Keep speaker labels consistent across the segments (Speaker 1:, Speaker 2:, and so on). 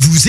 Speaker 1: Vous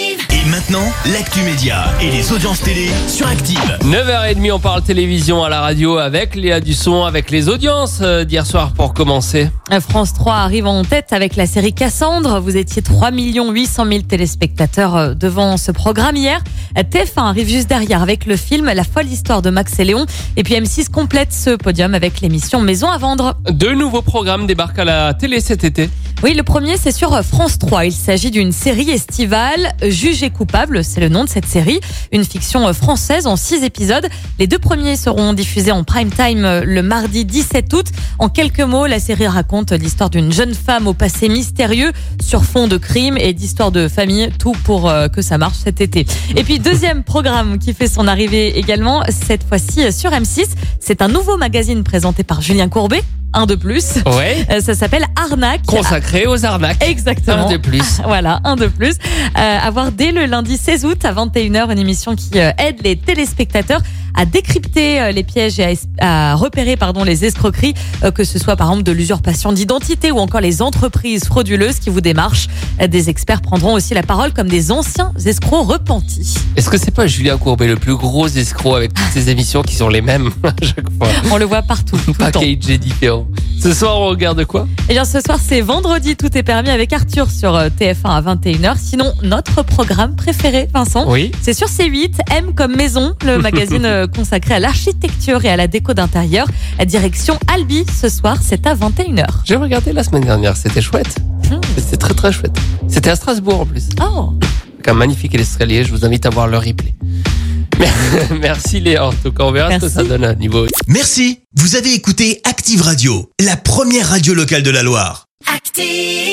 Speaker 1: maintenant, l'actu média et les audiences télé sur Active.
Speaker 2: 9h30, on parle télévision à la radio avec Léa Dusson, avec les audiences euh, d'hier soir pour commencer.
Speaker 3: Euh, France 3 arrive en tête avec la série Cassandre. Vous étiez 3 800 000 téléspectateurs euh, devant ce programme hier. Euh, TF1 arrive juste derrière avec le film La folle histoire de Max et Léon. Et puis M6 complète ce podium avec l'émission Maison à vendre.
Speaker 2: Deux nouveaux programmes débarquent à la télé cet été.
Speaker 3: Oui, le premier, c'est sur France 3. Il s'agit d'une série estivale, Jugé coupable, c'est le nom de cette série. Une fiction française en six épisodes. Les deux premiers seront diffusés en prime time euh, le mardi 17 août. En quelques mots, la série raconte l'histoire d'une jeune femme au passé mystérieux sur fond de crimes et d'histoires de famille. Tout pour euh, que ça marche cet été. Et puis, deuxième programme qui fait son arrivée également, cette fois-ci euh, sur M6. C'est un nouveau magazine présenté par Julien Courbet. Un de plus.
Speaker 2: Ouais.
Speaker 3: Euh, Ça s'appelle Arnaque.
Speaker 2: Consacré aux arnaques.
Speaker 3: Exactement.
Speaker 2: Un de plus.
Speaker 3: Voilà, un de plus. Euh, avoir dès le lundi 16 août à 21h une émission qui euh, aide les téléspectateurs à décrypter euh, les pièges et à, es- à repérer pardon, les escroqueries, euh, que ce soit par exemple de l'usurpation d'identité ou encore les entreprises frauduleuses qui vous démarchent. Euh, Des experts prendront aussi la parole comme des anciens escrocs repentis.
Speaker 2: Est-ce que c'est pas Julien Courbet, le plus gros escroc avec toutes ces émissions qui sont les mêmes à chaque fois
Speaker 3: On le voit partout. tout le temps.
Speaker 2: Package est différent. Ce soir, on regarde quoi
Speaker 3: Et bien ce soir, c'est vendredi, tout est permis avec Arthur sur euh, TF1 à 21h. Sinon, notre programme préféré, Vincent.
Speaker 2: Oui.
Speaker 3: C'est sur C8, M comme maison, le magazine euh, consacré à l'architecture et à la déco d'intérieur. À Direction Albi, ce soir, c'est à 21h.
Speaker 2: J'ai regardé la semaine dernière, c'était chouette.
Speaker 3: Hmm.
Speaker 2: C'était très très chouette. C'était à Strasbourg en plus.
Speaker 3: Oh,
Speaker 2: Avec un magnifique escalier, je vous invite à voir le replay. Mais- Merci Léa, en tout cas, on verra ce que
Speaker 3: Merci.
Speaker 2: ça donne à niveau
Speaker 1: Merci. Vous avez écouté Active Radio, la première radio locale de la Loire.
Speaker 3: active